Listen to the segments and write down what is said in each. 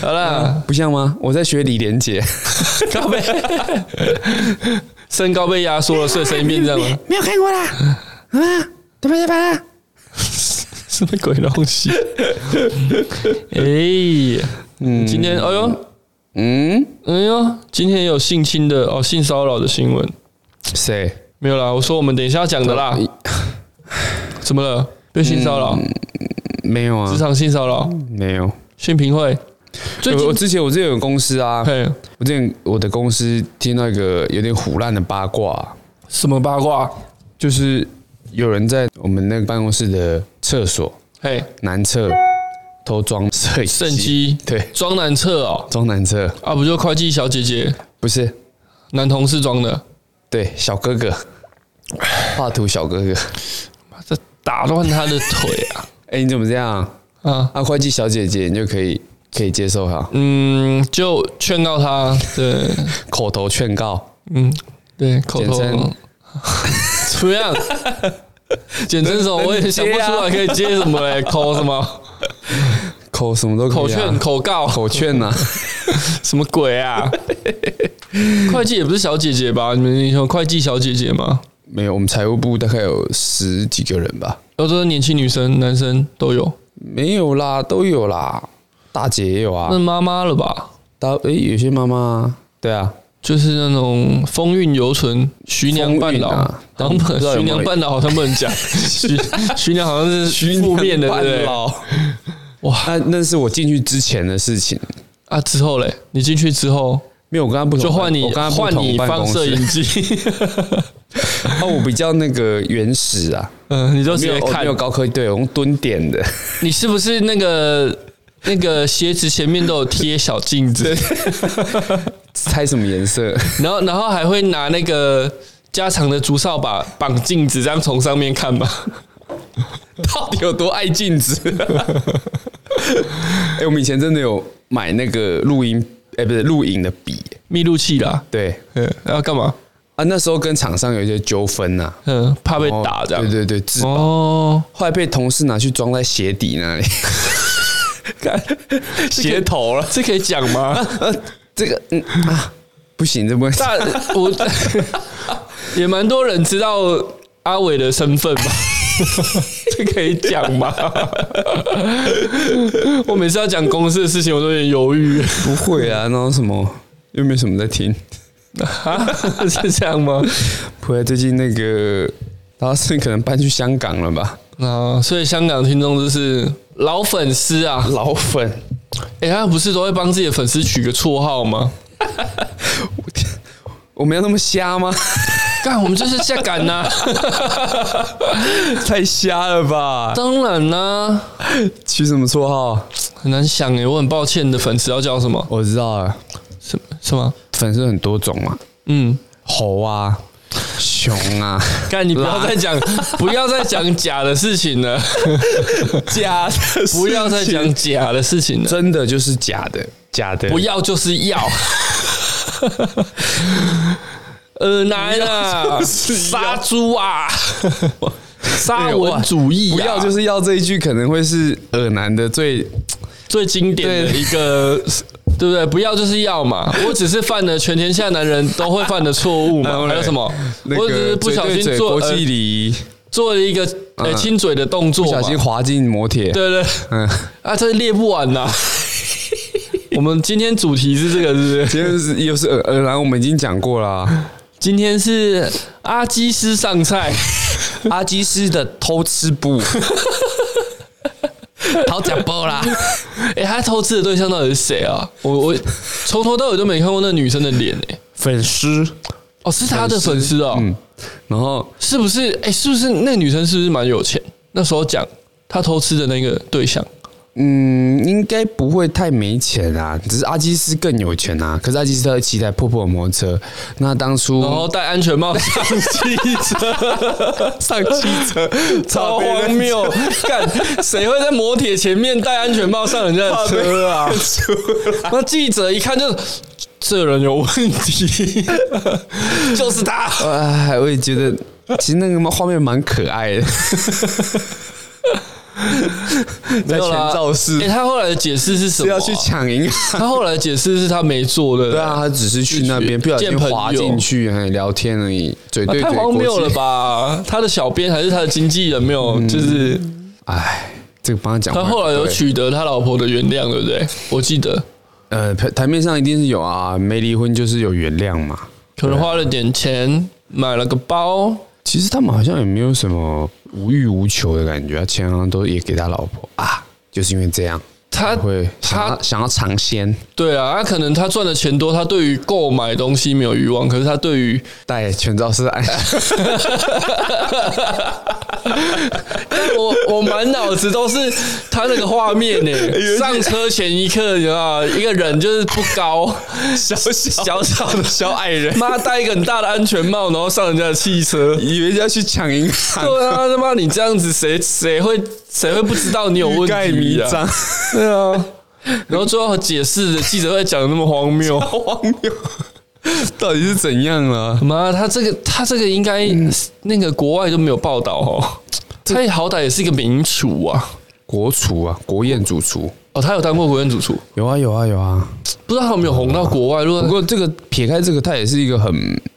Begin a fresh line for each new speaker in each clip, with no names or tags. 好 了，
不像吗？我在学李连杰，
高 被身高被压缩了，所以声音变这样吗？
没有看过啦，啊，对不对吧？
什么鬼东西？ 哎，嗯，今天，哎呦，
嗯，
哎呦，今天有性侵的哦，性骚扰的新闻
谁？
没有啦。我说我们等一下要讲的
啊
啦。怎么了？被性骚扰？
没有啊
职，场性骚扰？
没有。
性平会？最
我我
近，
之前我之前有公司啊，
嘿，
我之前我的公司听到一个有点胡乱的八卦啊、
什么八卦？
就是有人在我们那个办公室的厕所
嘿，
男厕偷装摄影
正机
对，
装男厕哦，
装男厕
啊，不就会计小姐姐
不是
男同事装的，啊
对小哥哥，画图小哥哥。
这打乱他的腿 啊！
哎、你怎么这样？
啊，
啊，会计小姐姐，你就可以可以接受哈，
嗯，就劝告他，对，
口头劝告，
嗯，对，口头
简称
怎么 样？简称什么？我也想不出来可以接 什么嘞，口什么？
口什么都可
口
以、啊，
劝、口告、
口劝呐、啊，
什么鬼 啊？会计也不是小姐姐吧？你们有会计小姐姐吗？
没有，我们财务部大概有十几个人吧，
有的年轻女生、男生都有。
没有啦，都有啦，大姐也有
那
啊，
妈妈了吧？
大哎、有些妈妈，对啊，
就是那种风韵犹存、徐娘半老
风韵啊，
然后不
不知道有
徐
没有
娘半老好像不能 讲，徐徐娘好像是负面的，对不对？
哇，那那是我进去之前的事情，
啊，之后嘞，你进去之后
没有，我跟他不同
就
办，
换你
我跟他不
换
同
你
办
放
公
摄
室，
影 机，
啊，我比较那个原始 啊，
嗯，你就直
没
接
有我
看
没有，高科技，对我用蹲点的，
你是不是那个那个鞋子前面都有贴小镜子，
猜什么颜色？
然后然后还会拿那个加长的竹扫把绑镜子，这样从上面看吧。
到底有多爱镜子？ 哎、我们以前真的有买那个录音，哎、不是录影的笔，
密录器啦，
对
嗯，要干嘛？
啊，那时候跟厂商有一些纠纷呐，
嗯，怕被打这样。
哦对对对，自
哦，
后来被同事拿去装在鞋底那里， 鞋头 了，
这可以讲吗？
这个嗯啊，不行，这不会，
大我 也蛮多人知道阿伟的身份 吧？这可以讲吗？我每次要讲公司的事情，我都有点犹豫
不会啊，然后什么又没什么在听，
啊， 是这样吗？
不会，最近那个他是可能搬去香港了吧，
啊，所以香港听众就是老粉丝啊，
老粉，
哎、他不是都会帮自己的粉丝取个绰号吗？
我们要那么瞎吗？
干，我啊们就是下岗呐、
太瞎了吧！
当然啦、
取什么绰号？
很难想哎、我很抱歉你的粉丝要叫什么？
我知道了，
什么什么？
粉丝很多种嘛，
嗯，
猴啊，熊啊，
干，你不要再讲， 不要再讲假的事情了，
假的，
不要再讲假的事情了，
真的就是假的，假的，
不要就是要。 呃，难啊，杀猪啊，沙文主义、啊，
不要就是要这一句可能会是耳男的最
最经典的一个，对不对？不要就是要嘛，我只是犯了全天下男人都会犯的错误嘛，
嗯
还有什么？
那
我只是
个
不
嘴
小
对
心
嘴
做
国
呃
际礼仪，
做了一个呃亲嘴的动作
不
嘛，
小心滑进磨铁，
对对，
嗯，
啊，这列不完呐。 我们今天主题是这个，是不是？
今天是又是耳耳男，我们已经讲过啦。
今天是阿基斯上菜，
阿基斯的偷吃 布，
好讲包 啦。哎，他偷吃的对象到底是谁啊？我我从头到尾都没看过那女生的脸哎。
粉丝，
哦，是他的粉丝哦，
然后
是不是？哎，是不是那女生是不是蛮有钱？那时候讲他偷吃的那个对象，
嗯，应该不会太没钱啊，只是阿基斯更有钱啊。可是阿基斯他有骑台破破的摩托车，那当初
然后戴安全帽上汽 车，
上汽车，
超荒谬！干，谁会在摩铁前面戴安全帽上人家的车啊？ 那记者一看就，这人有问题，就是他。
哎，我也觉得其实那个画面蛮可爱的。
没
在
有
前
啦
肇事
诶他后来的解释是什
是
么啊？
要去抢银 行。
他后来解释是他没做的，
对啊，他只是去那边不小心
见朋友
滑进去，哎，聊天而已，嘴对
太
嘴。
荒谬了
国际？嗯
吧？他的小编还是他的经纪人没有，就是
哎，这个帮他讲回。
他后来有
对
取得他老婆的原谅，对不对？我记得
呃，台台面上一定是有啊，没离婚就是有原谅嘛。
可能花了点钱买了个包，
其实他们好像也没有什么无欲无求的感觉，他钱好像都也给他老婆啊，就是因为这样，
他
会想
他
要想要尝鲜，
对啊，他可能他赚的钱多，他对于购买东西没有欲望，可是他对于
戴全罩式 安全帽
我我满脑子都是他那个画面 呢、上车前一刻，你知道吗一个人就是不 高，
小小
小小的
小矮人，
妈戴一个很大的安全帽，然后上人家的汽 车。
以为要去抢银行，
对啊，他妈你这样子，谁谁会谁会不知道你有问
欲
题、啊？
盖弥彰，
对啊。然后最后解释的记者会讲的那么荒谬，
好荒谬，到底是怎样啊了？
妈，他这个他这个应该
嗯
那个国外都没有报道哦，他也好歹也是一个名厨啊。
国厨啊，国宴主厨，
哦，他有当过国宴主厨，
有啊有啊有啊。
不知道他有没有红到国外。如
不
果
过这个撇开这个，他也是一个很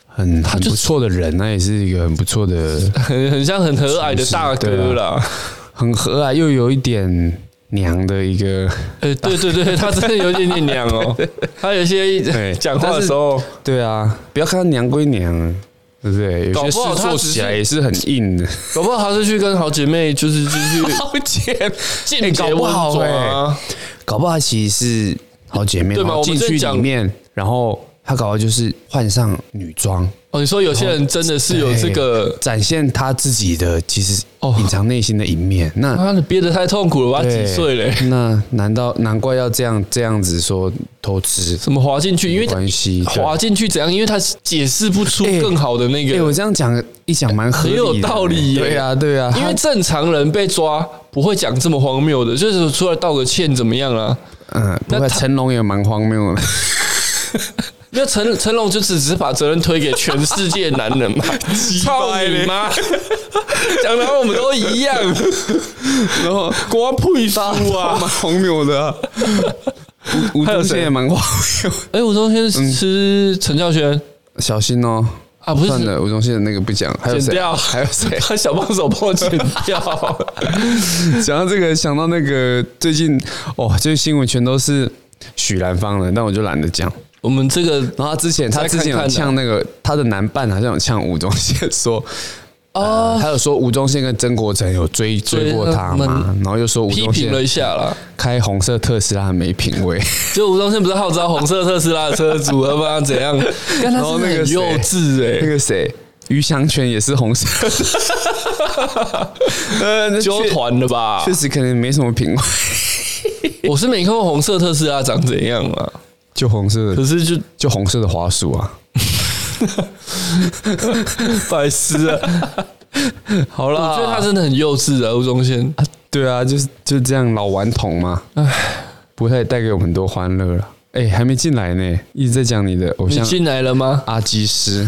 很很不错的人，他也是一个很不错的，
很很像很和蔼的大
啊
哥啦，
很和蔼又有一点娘的一个。
呃，对对 对，他真的有一点点娘哦。他有些
对
讲话的时候，
对啊，不要看他娘归娘，啊对不对？有
搞
些
不好
事
他
做
只
起来
是
也是很硬的。
搞不好他是去跟好姐妹，就是哎就是
好姐，
进
搞
阶
不
温
好
存
欸
啊。
搞不好其实是好姐妹，
对
然
嘛
后
我们
进
之前
去里
讲
面，然后她搞不好就是换上女装，
哦，你说有些人真的是有这个，
展现她自己的其实
哦
隐藏内心的一面。哦那
妈的憋得太痛苦了吧？
对
几岁嘞？
那难道难怪要这样这样子说偷吃
什么滑进去？因为
关系？对
滑进去怎样？因为他解释不出
哎
更好的那
哎、
个
我，这样讲一讲蛮合
很
理的，
有道理耶
对啊，对啊，
因为
她
正常人被抓不会讲这么荒谬的，就是出来道个歉怎么样啊啦？
嗯，不过
那她
成龙也蛮荒谬的，
因为成成龙就只只是把责任推给全世界男人 嘛，操
掰嘞
你妈！ 讲的我们都一样，
然后
瓜配输 啊！
蛮荒谬的、啊。吴吴
还有
宗宪
谁
也蛮荒谬，
哎，吴宗宪是吃陈孝全
小心哦！
啊，不是
算了，吴宗宪的那个不讲，还有
剪
谁？
掉，
还有 谁？
把小帮手帮我剪 掉。
讲到这个，想到那个最近哦，这些新闻全都是许兰芳的，但我就懒得讲。
我们这个
然后他之前，他之前
啊
有呛那个他的男伴，好像有呛吴宗宪说，
哦，
还有说吴宗宪跟曾国成有追追过他
追呃他
嘛，然后又说吴
批
宗
评了
宪
一下啦。
开红色特斯拉很没品味，
就吴宗宪不是号召红色特斯拉的车主，要不然怎 样？但他
然后
真的
那个
很
谁
幼稚哎、
那个谁。于祥全也是红色，呃，那 确
纠团啊了吧
确？实可能没什么品味，
我是没看过红色特斯拉长怎样啊，
就红色
可
的，
是就
就红色的滑鼠啊。
白痴啊！
好
我
啦，
觉得他真的很幼稚啊，吴宗宪。
对啊，就是就这样老顽童嘛，唉，不太带给我们多欢乐了。哎、还没进来呢，一直在讲你的偶
你
像
进来了吗？
阿基师，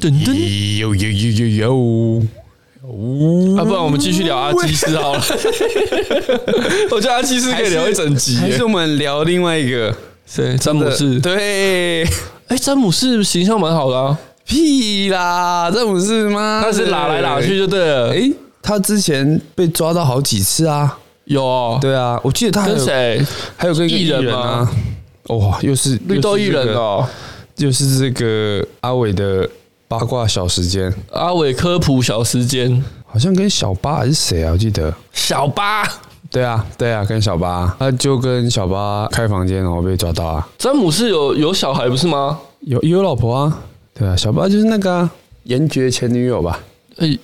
噔噔
有有有有有，哦
啊，不然我们继续聊阿基斯 好了。我觉得阿基斯可以聊一整集
还
耶
是。我们聊另外一个
对，詹姆士。
对，
哎，詹姆士形象蛮好的啊，
屁啦，这不是吗？
他是拉来拉去，就对了
哎、。他之前被抓到好几次啊，
有哦
对啊，我记得他还有
跟谁？
还有跟一个
艺
艺
人
人啊
吗，
哇、又是
绿豆艺人，哦。
又是这个又是这个阿伟的八卦小时间。
阿伟科普小时间，
好像跟小八还是谁啊？我记得。
小八
对啊，对啊，跟小八，他就跟小八开房间，然后被抓到啊。
詹姆斯有有小孩不是吗？
有也有老婆啊？对啊，小八就是那个、啊、严爵前女友吧？
哎、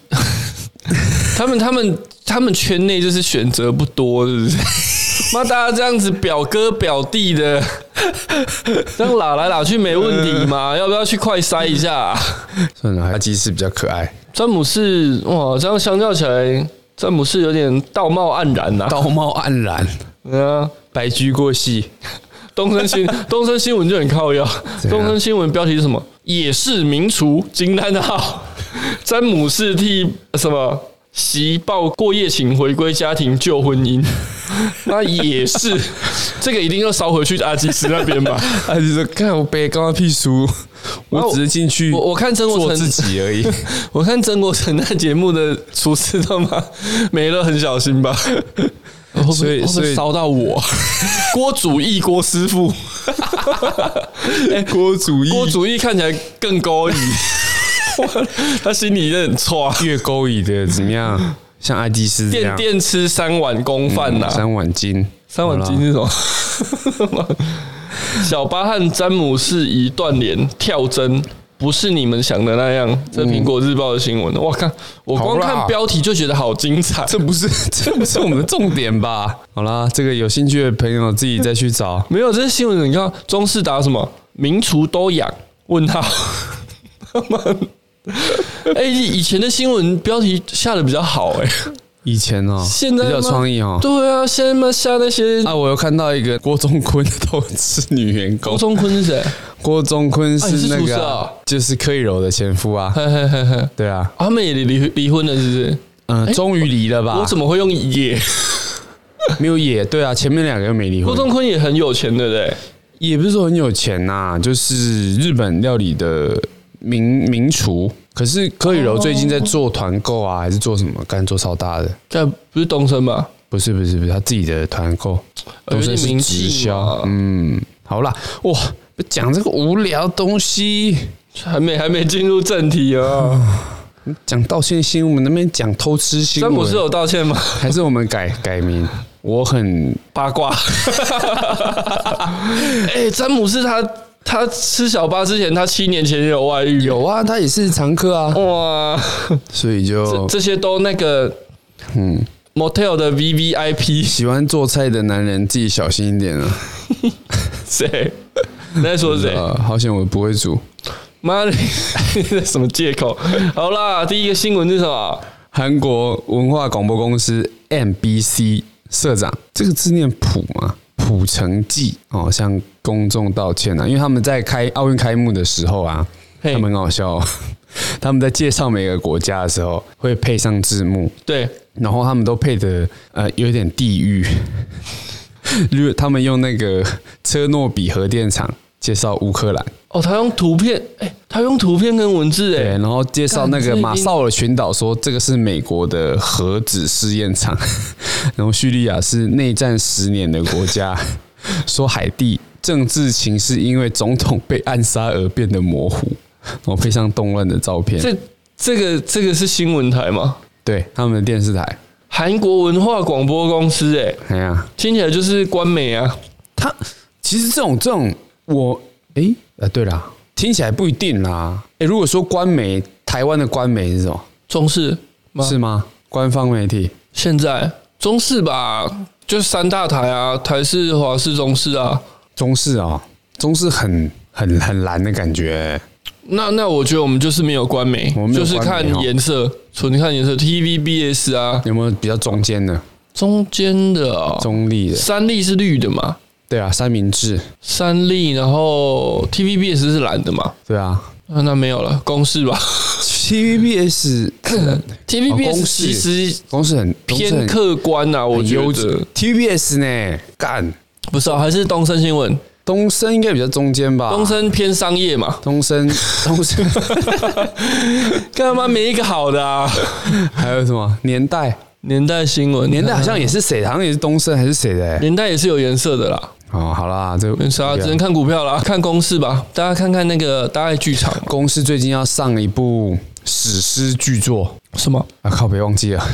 他们他们他们圈内就是选择不多，是不是？妈，大家这样子表哥表弟的，这样拉来拉去没问题嘛？要不要去快塞一下、
算了，阿基斯比较可爱，
詹姆士，哇，这样相较起来，詹姆士有点道貌岸然啊呐、
道貌岸然，
嗯、啊，白驹过 隙。东森新 东森新闻就很靠腰，
怎样
东森新闻标题是什么？也是名厨惊叹号， 詹姆士替什么？媳报过夜情回归家庭旧婚姻， 那也是 这个一定要烧回去阿基斯那边吧？
阿基斯看我背刚刚屁书，我只是进去
啊我我看曾国
做自
成，
己而已，
我看曾国成那节目的厨师他妈 没了，很小心吧？ 会不会
所以
会不
所
会
以
烧到 我？郭主义，郭师 傅。哎
郭主义
郭主义看起来更 高一，他心里也很差。
越勾引的怎么样？像阿基斯这
店
样，
店吃嗯三碗公饭呐、
三碗金，
三碗金是什么？ 小巴和詹姆士一断联跳针，不是你们想的那样。这苹果日报的新闻，我看我光
好
看
辣
标题就觉得好精彩。
这不 是这不是我们的重点吧？好啦，这个有兴趣的朋友自己再去找。
没有，这是新闻你看中视打什么？名厨都养？问 号。他们哎、以前的新闻标题下的比较好哎、
以前哦，
现在
比较有
吗
创意哦。
对啊，现在嘛下那些
啊，我有看到一个郭中坤偷吃女员
郭
工，
中坤是 谁？
郭中坤
啊你是
是那
厨师
个啊、
啊
就是柯以柔的前 夫啊，
嘿嘿嘿嘿，
对啊，
他们也离离婚了，是不是？
嗯、终于离了吧？
哎我怎么会用也？
没有也对啊，前面两个又没离
郭
婚，
中坤也很有钱，对不对？
也不是说很有钱呐、就是日本料理的名名厨。可是柯以柔最近在做团购啊，还是做什么？干做超大的？
该不是东升吧？
不是不是不是，他自己的团购，
呃有
都
点
是
名
直
气啊
销
嘛。
嗯，好啦，哇，讲这个无聊东西，
还没还没进入正题 啊。
讲道歉新闻，那边讲偷吃新
詹
闻，
姆斯有道歉吗？
还是我们改改名？我很
八 卦。哎，詹姆斯他他吃小巴之前，他七年前也有外遇。
有啊，他也是常客啊，
哦哇，
所以
这
就
这些都那个
哦嗯，
motel 的 V V I P
喜欢做菜的男人自己小心一点啊。
谁？ 你在说谁？
呃，好险我不会煮。
妈的， 什么借口？好啦，第一个新闻是什么？
韩国文化广播公司 MBC 社长，这个字念朴吗？朴成纪哦，向公众道歉啊，因为他们在开奥运开幕的时候啊，
嘿
他们很好笑、哦， 他们在介绍每个国家的时候会配上字幕，
对，
然后他们都配的呃有点地域， 因为他们用那个车诺比核电厂介绍乌克兰，
哦，他用图片，哎、他用图片跟文字、哎，
对，然后介绍那
干这已
个
经
马绍尔群岛，说这个是美国的核子试验场， 然后叙利亚是内战十年的国家， 说海地政治情势因为总统被暗杀而变得模糊，然后配上动乱的照片，
这这个这个是新闻台吗？
对他们的电视台，
韩国文化广播公司、哎，
哎呀，
听起来就是官媒啊。
他其实这种这种我诶，呃对啦，听起来不一定啦，诶，如果说官媒，台湾的官媒是什么？
中视吗？
是吗？官方媒体
现在中视吧，就三大台啊，台视、华视、中视啊。
中视哦，中视很很很蓝的感觉，
那那我觉得我们就是没有官媒，
我们没有
就是
官
看
媒哦
颜色，纯看颜色。TVBS 啊，
有没有比较中间的、
中间的、哦，
中立的？
三立是绿的嘛，
对啊，三明治，
三立，然后 TVBS 是蓝的嘛，
对啊
啊、那没有了，公式 吧
，TVBS 哦
，TVBS
公
其
式
实
公视很
偏，
公视
客观呐、啊，
很
我
很
觉
优
得
质，TVBS 呢，干
不是、啊，还是东森新闻，
东升应该比较中间吧？
东升偏商业嘛，
东升东升
干嘛没一个好的啊？
还有什么 年代？啊
年代新闻，
年代好像也是谁的，好像也是东升还是谁的、欸？
年代也是有颜色的啦，
哦，好啦，这
没嗯事啊，只能看股票啦，看公式吧，大家看看那个大爱剧场嘛
公司最近要上一部史诗巨作
什么
啊，靠，别忘记了，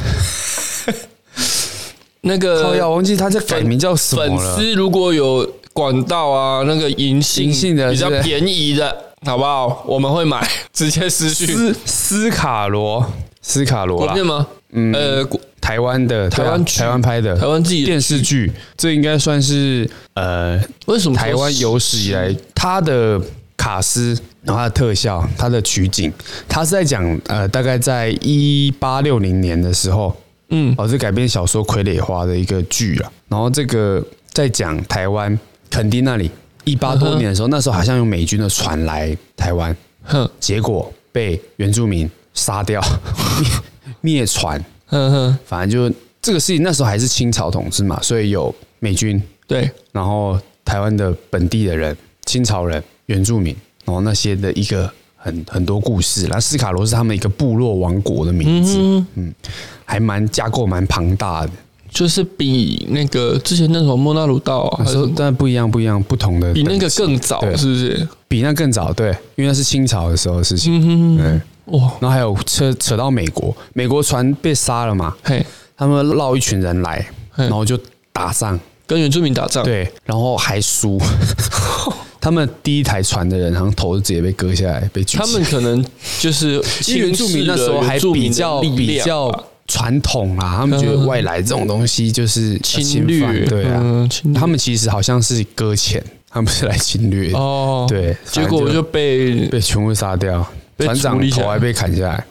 那
靠要
个
忘记他在改名叫什么
呃粉
了。
丝如果有管道啊，那个银杏
银杏的
比较
是不是
便宜的。好不好？我们会买， 直接私讯。
斯斯卡罗，斯卡罗
国
啦嗯
片，吗？呃，国
台湾的
台湾
对啊
剧
台湾拍的
台湾自己的
电视剧，这应该算是呃
为什么说
台湾有史以来它的卡斯，然后它的特效、它的取景，它是在讲呃大概在一八六零年的时候，
嗯
哦，是改编小说《傀儡花》的一个剧啊。然后这个在讲台湾垦丁那里一八多年的时候，那时候好像有美军的船来台湾，
哼
结果被原住民杀掉 灭灭船，
哼哼，
反正就这个事情那时候还是清朝统治嘛，所以有美军，
对，
然后台湾的本地的人、清朝人、原住民，然后那些的一个很很多故事。然后斯卡罗是他们一个部落王国的名字，嗯还蛮架构蛮庞大的。
就是比那个之前那什么莫纳鲁道啊，还是
说但不一样，不一样，不同的
比那
等
个
级
更早，
对
是不是？
比那更早，对，因为那是清朝的时候的事情。
嗯
对
哼，哇，
然后还有扯扯到美国，美国船被杀了嘛，
嘿，
他们绕一群人来，
嗯
然后就打仗，
跟原住民打仗，，
对，然后 还输。他们第一台船的人，好像头直接被割下来，被举起
他
来。
们可能就是
因为原住民那时候还比较
轻视了原住民的力
比
量
较传统啦，他们觉得外来这种东西就是
侵
犯
略，
对啊，
嗯侵略
他们其实好像是搁浅，他们不是来侵略的，
哦，，
对，
结
反
果
正
就被
被全部杀掉，
被
船
处
长
理起来哦
头还被砍下来，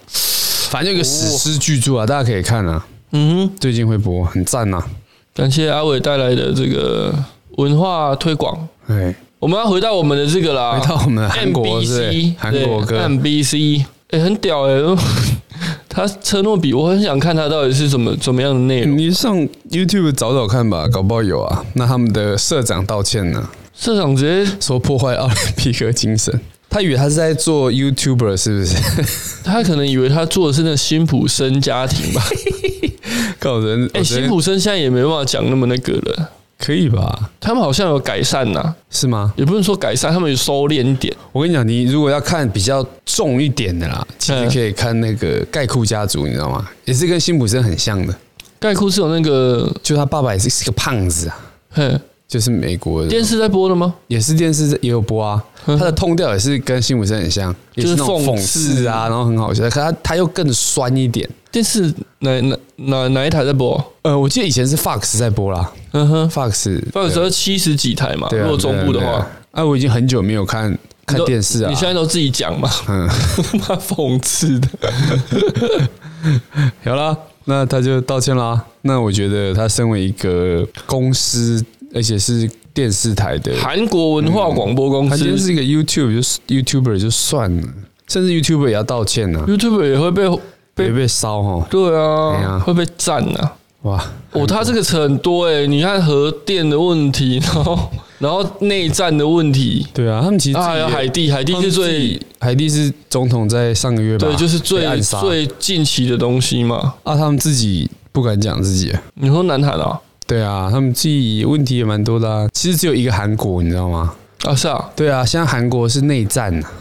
反正有一个史诗巨著啊，大家可以看啊，
嗯哼，
最近会播，很赞啊呐，
感谢阿伟带来的这个文化推广。
哎，
我们要回到我们的这个啦，
回到我们韩
啊
国是
MBC
韩国歌，
MBC，哎、很屌哎、 他车诺比，我很想看他到底是怎么怎么样的内容。
你上 YouTube 找找看吧，搞不好有啊。那他们的社长道歉呢、
社长直接，
说破坏奥林匹克精神。他以为他是在做 YouTuber，是不是？
他可能以为他做的是那个辛普森家庭吧？
搞人，
哎、
我觉得
辛普森现在也没办法讲那么那个了。
可以吧？
他们好像有改善呐、
是吗？
也不能说改善，他们有收敛一点。
我跟你讲，你如果要看比较重一点的啦，其实
嗯
可以看那个盖库家族，你知道吗？也是跟辛普森很像的，
盖库是有那个，
就他爸爸也是是个胖子啊，
嘿，
就是美国
电
的，
视在播的吗？
也是电视也有播啊。他的痛调也是跟辛普森很像，也是那种
就是讽
讽
刺
刺啊，然后很好笑。可他他又更酸一点。
电视哪哪哪哪一台在播？
呃，我记得以前是 Fox 在播啦
嗯哼，
，Fox
放有时候七十几台嘛，
啊对啊
如果中部的，
对啊
话
对。啊啊，我已经很久没有看看电视啊。
你现在都自己讲嘛，
嗯，
蛮讽刺的。
有啦，那他就道歉啦。那我觉得他身为一个公司，而且是电视台的，
韩国文化广播公
他今天
司
是一个 YouTube 就是 YouTuber 就算了，甚至 YouTuber 也要道歉呐、啊，
YouTube 也会被
别
被
被烧哦。
对
哎
啊，
呀
会被占啊。
哇，
哦，他这个扯很多哎、你看核电的问题， 然后然后内战的问题，
对啊，他们其实
啊，还有海地，海地是最
海地是总统在上个月吧，
对，就是
被
最
暗杀
最近期的东西嘛。
啊，他们自己不敢讲自己啊。
你说南韩啊？
对啊，他们自己问题也蛮多的、啊。其实只有一个韩国，你知道吗？
啊，是啊，
对啊，现在韩国是内战、啊，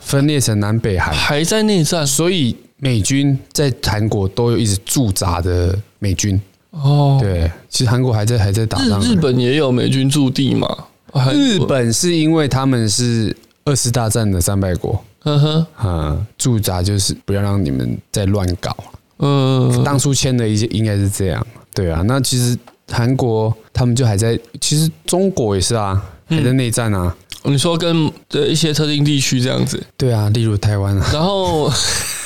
分裂成南北韩，
还在内战
所以美军在韩国都有一直驻扎的美军。
哦。
对，其实韩国还在还在打仗啊。
日日本也有美军驻地嘛？啊
日，本是因为他们是二次大战的战败国，
嗯哼，
嗯，驻扎就是不要让你们再乱搞。
嗯，
当初签的一些应该是这样，对啊。那其实韩国他们就还在，其实中国也是啊，还
嗯
在内战啊。
你说跟的一些特定地区这样 子，
对啊，例如台 湾啊，
然后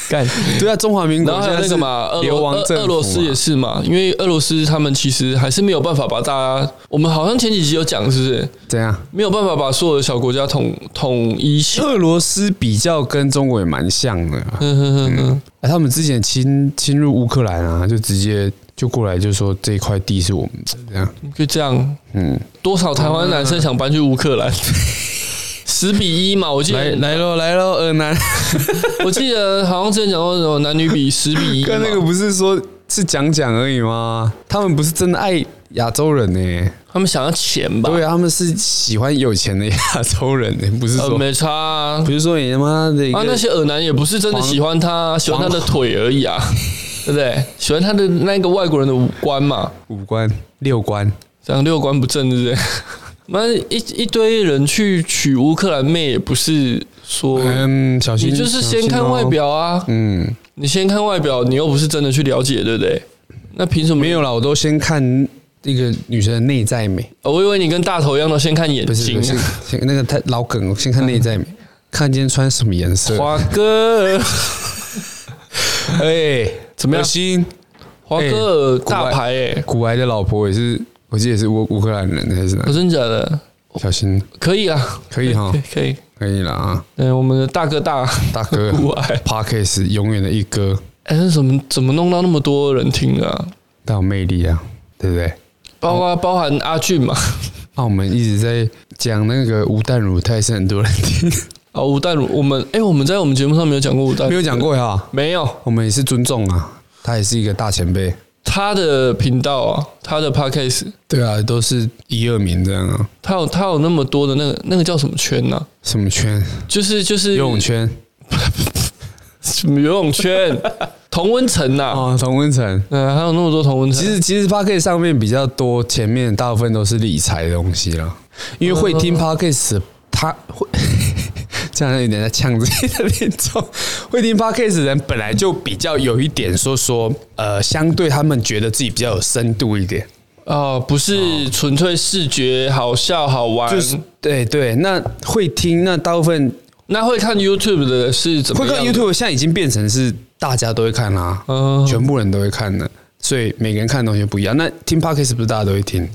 干对啊，中华民国
然后还有那个嘛，俄
流
罗
亡
俄
政
俄
府嘛啊
罗斯也是嘛，因为俄罗斯他们其实还是没有办法把大家，我们好像前几集有讲，是不是
怎样？
没有办法把所有的小国家统统一起？
俄罗斯比较跟中国也蛮像的、啊，
嗯哼哼哼，
他们之前侵侵入乌克兰啊，就直接就过来就说这块地是我们的，这样，
就这样，
嗯，
多少台湾男生想搬去乌克兰？十比一嘛，我记
来
得，
来喽来喽，
呃
俄南，
我记得好像之前讲过什么男女比十比一嘛
跟，那个不是说是讲讲而已吗？他们不是真的爱亚洲人呢、
他们想要钱吧？
对啊，他们是喜欢有钱的亚洲人、呢， 不是
呃，
说、
没差啊
不。是说你他妈的一个
啊，那些耳男也不是真的喜欢他，啊喜欢他的腿而已 啊，对不对？喜欢他的那个外国人的五官嘛，
五官六官，
这样六官不正，对不 对？妈一一堆人去娶乌克兰妹，也不是说
嗯，小心，
你就是先看外
小心哦，
表啊，
嗯。
你先看外表，你又不是真的去了解，对不对？那凭什么
没？有啦，我都先看那个女生的内在美，
哦我以为你跟大头一样，都先看眼
不是
睛
不。是先那个太老梗，我先看内在美，看今天穿什么颜色。
华哥，
哎，
怎么样
恶心，
华哥尔大牌哎，
古埃的老婆也是，我记得也是乌乌克兰人还是哪
我？哦真假的？
小心，
可以啊，
可以 哈
可以，可以。
可以了啊，
嗯，我们的大哥大，
大 哥
古埃
Parkes 永远的一哥，
哎，那怎么怎么弄到那么多人听的啊？
但有魅力啊，对不对？
包
哦
括包含阿俊嘛，
那我们一直在讲那个吴淡如，他也是很多人 听，
啊，吴淡如，我们哎，我们在我们节目上没有讲过吴淡如，
没有讲过呀。
没有
我们也是尊重啊，他也是一个大前辈。
他的频道啊，他的 podcast，
对啊，都是一二名这样啊。
他有他有那么多的那个那个叫什么圈呢？
什么圈？
就是就是
游泳圈
什么游泳圈、 同温层呐，
啊，同温层。
嗯，还有那么多同温层
其。实其实 p o d c a s t 上面比较多，前面大部分都是理财的东西啦。因为会听 p o d c a s t 他会 这样有点在呛自己的听众。会听 p o d c a s t 的人本来就比较有一点说说，呃，相对他们觉得自己比较有深度一点。
哦，不是纯粹视觉好笑好玩，
就是对对，那会听那大部分
那会看 YouTube 的是怎么
会
样的？
看 YouTube，现在已经变成是大家都会看啦、
嗯
全部人都会看的，所以每个人看的东西不一样。那听 Podcast 不是大家都会听，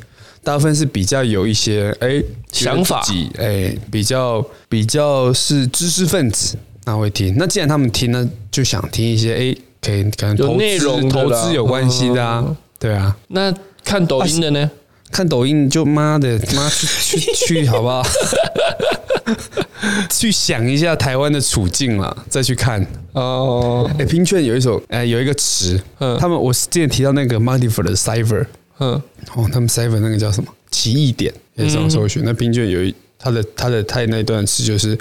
大部分是比较有一些哎、
想法
觉得自己哎、比较比较是知识分子，那会听。那既然他们听，那就想听一些哎、可以可能
有
投资
内容的
投
啦
资有关系的啊，
嗯
对啊。
那看抖音的呢？
看抖音就妈的妈去去 去好不好？ 去想一下台湾的处境啦，再去看。
哦，
哎、拼券有一首，哎、有一个词，
嗯
他们我之前提到那个 m u l t i f e r 的 Cyber，
嗯，
哦，他们 Cyber 那个叫什么奇异点，也是这样搜
嗯
寻。那拼券有一他的他的他的那一段词就是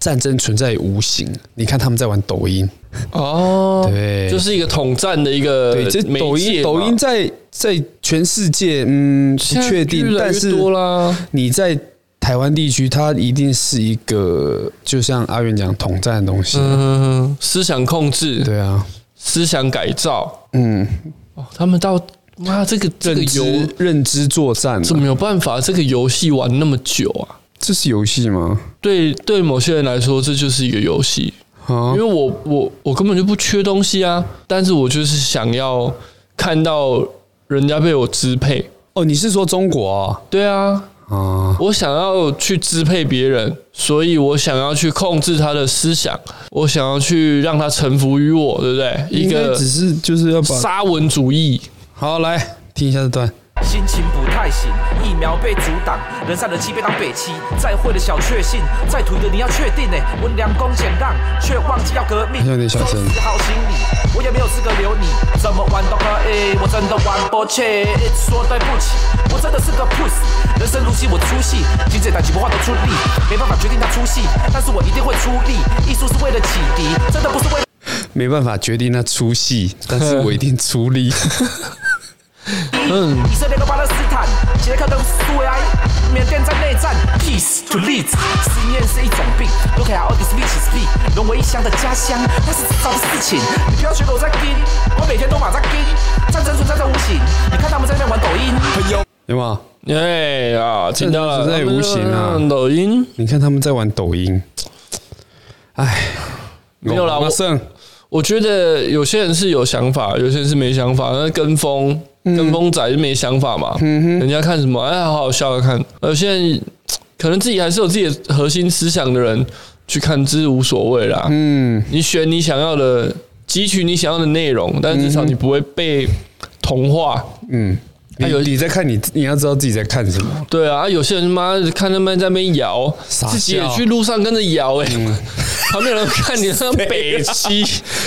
战争存在于无形，你看他们在玩抖音，
哦，
对
就是一个统战的一个
对，这
媒介
抖音
嘛
抖音在在全世界，嗯，不
现在
确
越
定，
来
但
越
是
多啦，
你在台湾地区，它一定是一个就像阿元讲统战的东西，
嗯，思想控制、
对啊，
思想改造，
嗯，
哦，他们到妈这个这个
认
游
知认知作战啊，
怎么有办法这个游戏玩那么久啊？
这是游戏吗？
对对，某些人来说，这就是一个游戏。
啊
因为，我我我根本就不缺东西啊，但是我就是想要看到人家被我支配。
哦，你是说中国啊？
对啊，
啊，
我想要去支配别人，所以我想要去控制他的思想，我想要去让他臣服于我，对不对？一
应该
个
只是就是要把
沙文主义，
好来听一下这段，
心情不太行，疫苗被阻挡，人上人气被当北七，再会的小确幸，再土的你要确定哎、温良恭俭让，却忘记要革命。
好像有点小声
收拾好行李，我也没有资格留你，怎么玩都可以，我真的玩不起。说对不起，我真的是个 pussy，人生如戏我出戏，金姐带几不话都出力，没办法决定他出戏，但是我一定会出力。艺术是为了启迪，真的不是为了。
没办法决定那出 戏，但是我一定出 力。
嗯，以色列跟巴勒斯坦，捷克跟苏维埃，缅甸在内战，peace to lead。思念是一种病，卢凯亚奥迪斯比起斯比，沦为异乡的家乡，那是制造的事情。你不要觉得我在跟，我每天都马在跟，战争存在在无形，你看他们在那边玩抖音。
有没有？
哎呀，听到了，
这在无形啊
他们抖音
你看他们在玩抖音，哦哎，
没有啦
我
我
胜
我觉得有些人是有想法，有些人是没想法。那跟风，跟风仔就没想法嘛。人家看什么，哎，好好笑啊看。有些人可能自己还是有自己的核心思想的人去看，这是无所谓啦。嗯，你选你想要的，汲取你想要的内容，但至少你不会被同化。
嗯你
哎有
你在看你，你要知道自己在看什么。
对啊，啊有些人妈的看他们在那边摇，
傻
自己也
笑嗯
去路上跟着摇，哎，旁边有人看你像北 七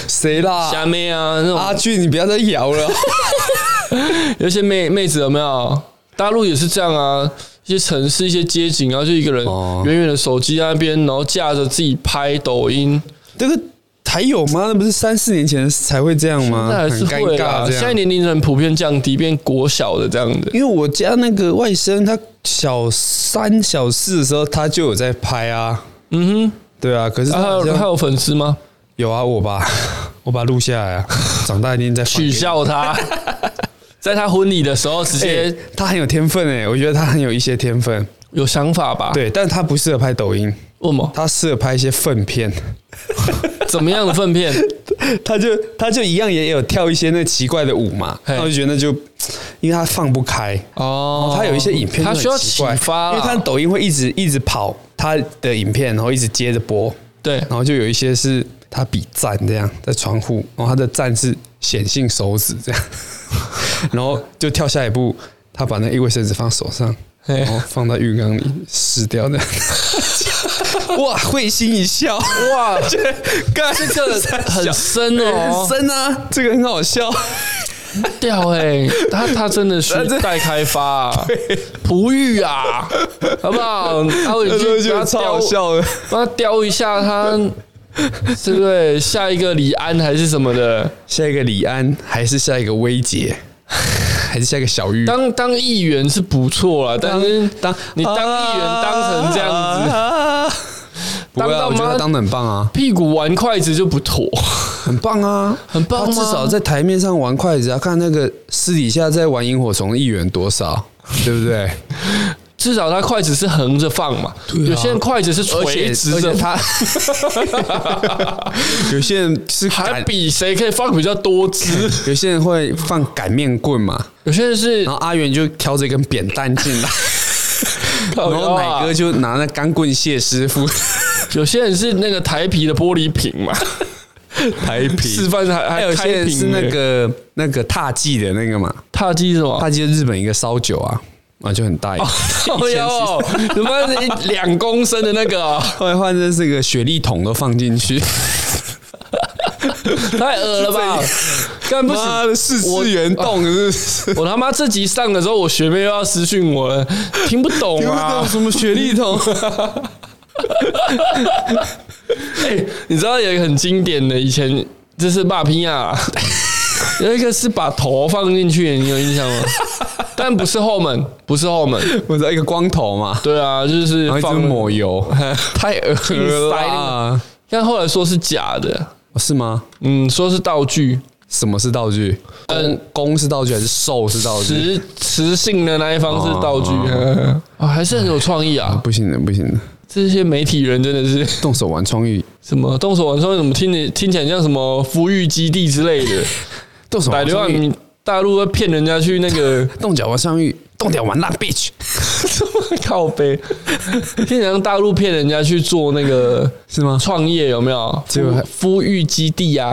谁啦？
虾妹啊那种
阿俊，你不要再摇了。
有一些妹妹子有没有？大陆也是这样啊，一些城市、一些街景，然后就一个人
哦
远远的手机在那边，然后架着自己拍抖音，
这个还有吗？那不是三四年前才会这样吗？
那还是
啊很尴
会
尬
啦。
这
现在
样。嗯
年龄层普遍降低，变国小的这样子。
因为我家那个外甥，他小三、小四的时候，他就有在拍啊。
嗯
对啊，可是
哼，啊
他
还
好
有还
像
有粉丝吗？
有啊，我把我把它录下来啊，长大一定再放给
取
你。
笑他，在他婚礼的时候直
哎、
接
他很有天分哎、我觉得他很有一些天分，
有想法吧？，
对，但他不适合拍抖音，
为什么？
他适合拍一些粪片，
怎么样的粪 片？
他就他就一样也有跳一些那奇怪的舞嘛，
嘿
然后我就觉得那就因为他放不开，
哦
他有一些影片就
他
很
需要
奇
启
怪
发啦，
因为他抖音会一直一直跑他的影片，然后一直接着播，
对
然后就有一些是他比赞这样在窗户，然后他的赞是显性手指 这样，然后就跳下一步，他把那一卫生纸放手上，
嘿
然后放到浴缸里湿掉 的，哇，会心一笑，
哇，
干
哦这个很深哦，
深啊，这个很好笑，
掉哎、他他真 的是待开发、啊，璞玉啊，好不好？阿伟
那时候
去
觉
把它
得超好
雕，
笑的，
帮他雕一下他，对不对？下一个李安还是什么的？
下一个李安还是下一个薇杰，还是下一个小玉？
当当议员是不错啦，但是当你当
啊
议员当成这样子，
样子，不会
当
啊，
到
我觉得
妈
他当的很棒啊，
屁股玩筷子就不妥。
很棒啊，
很棒
他至
吗
少在台面上玩筷子啊，看那个私底下在玩萤火虫的议员多 少，对不对？
至少他筷子是横着放嘛，有些人筷子是垂直着
而且
放，
他，有些人 是
还
擀，
比谁可以放比较多只。
有些人会放擀面棍嘛，
有些人是
然后阿元就挑着一根扁担进来，
靠
然
腰
后
啊
奶哥就拿那钢棍谢 师傅
有些人是那个台皮的玻璃瓶嘛，
台 皮
示范还
还
还
有些
开
人
瓶
是那个那个踏迹的那个嘛，
踏机是吗
踏？迹就是日本一个烧酒啊，啊就很大一个，
靠腰哦，什么一两公升的那个哦，
后来换成是个雪莉桶都放 进去，
太恶了吧！ 干不行，
的四
我哦
元洞 是
我他妈这集上的时候，我学妹又要私讯我了，听不懂啊！
什么 雪莉桶，
哎，你知道有一个很经典的，以前就是霸皮亚， 有一个是把头放进去，你有印 象吗？但不是后门，不是后门，
我知道一个光头嘛，
对啊，就是
然后一直
放。
抹 油，太恶了
塞那
啦，
但后来说是假的，
哦是吗？
嗯，说是道具，
什么是道具？
嗯
嗯，弓是道具还是兽是道具？哦
磁磁性的那一方是道具啊、还是很有创意啊！
不行的，不行的，
这些媒体人真的是
动手玩创意，
什么动手玩说怎么听着听起来像什么孵育基地之类 的，
动手
百
玩
流
创意，
万大陆会骗人家去那 个
动脚玩创意，动脚玩烂 bitch，
靠背， 听起来像大陆骗人家去做那个
是吗？
创业有没有？
结果还哦
孵育基地啊，